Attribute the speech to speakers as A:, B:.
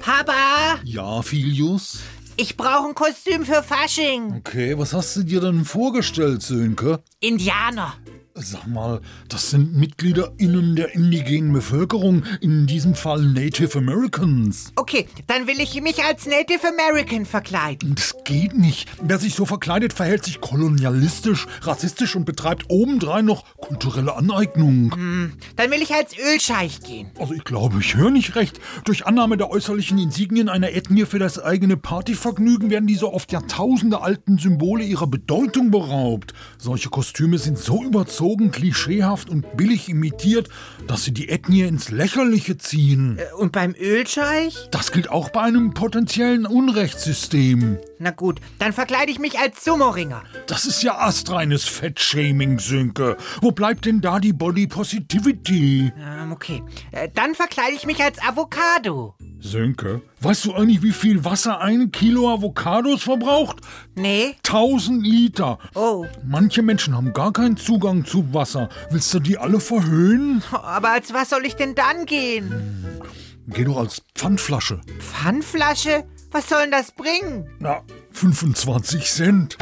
A: Papa,
B: Ja, Filius?
A: ich brauche ein Kostüm für Fasching.
B: Okay, was hast du dir denn vorgestellt, Sönke?
A: Indianer.
B: Sag mal, das sind MitgliederInnen der indigenen Bevölkerung, in diesem Fall Native Americans.
A: Okay, dann will ich mich als Native American verkleiden.
B: Das geht nicht. Wer sich so verkleidet, verhält sich kolonialistisch, rassistisch und betreibt obendrein noch kulturelle Aneignung.
A: Dann will ich als Ölscheich gehen.
B: Also ich glaube, ich höre nicht recht. Durch Annahme der äußerlichen Insignien einer Ethnie für das eigene Partyvergnügen werden diese oft Jahrtausende alten Symbole ihrer Bedeutung beraubt. Solche Kostüme sind so überzogen, klischeehaft und billig imitiert, dass sie die Ethnie ins Lächerliche ziehen.
A: Äh, Und beim Ölscheich?
B: Das gilt auch bei einem potenziellen Unrechtssystem.
A: Na gut, dann verkleide ich mich als Sumo-Ringer.
B: Das ist ja astreines Fettshaming, Sünke. Wo bleibt denn da die Body Positivity?
A: Ähm, okay. Äh, Dann verkleide ich mich als Avocado.
B: Sönke, weißt du eigentlich, wie viel Wasser ein Kilo Avocados verbraucht?
A: Nee?
B: 1000 Liter.
A: Oh,
B: Manche Menschen haben gar keinen Zugang zu Wasser. Willst du die alle verhöhnen?
A: aber als was soll ich denn dann gehen?
B: Geh doch als Pfandflasche.
A: Pfannflasche? Was soll denn das bringen?
B: Na, 25 Cent.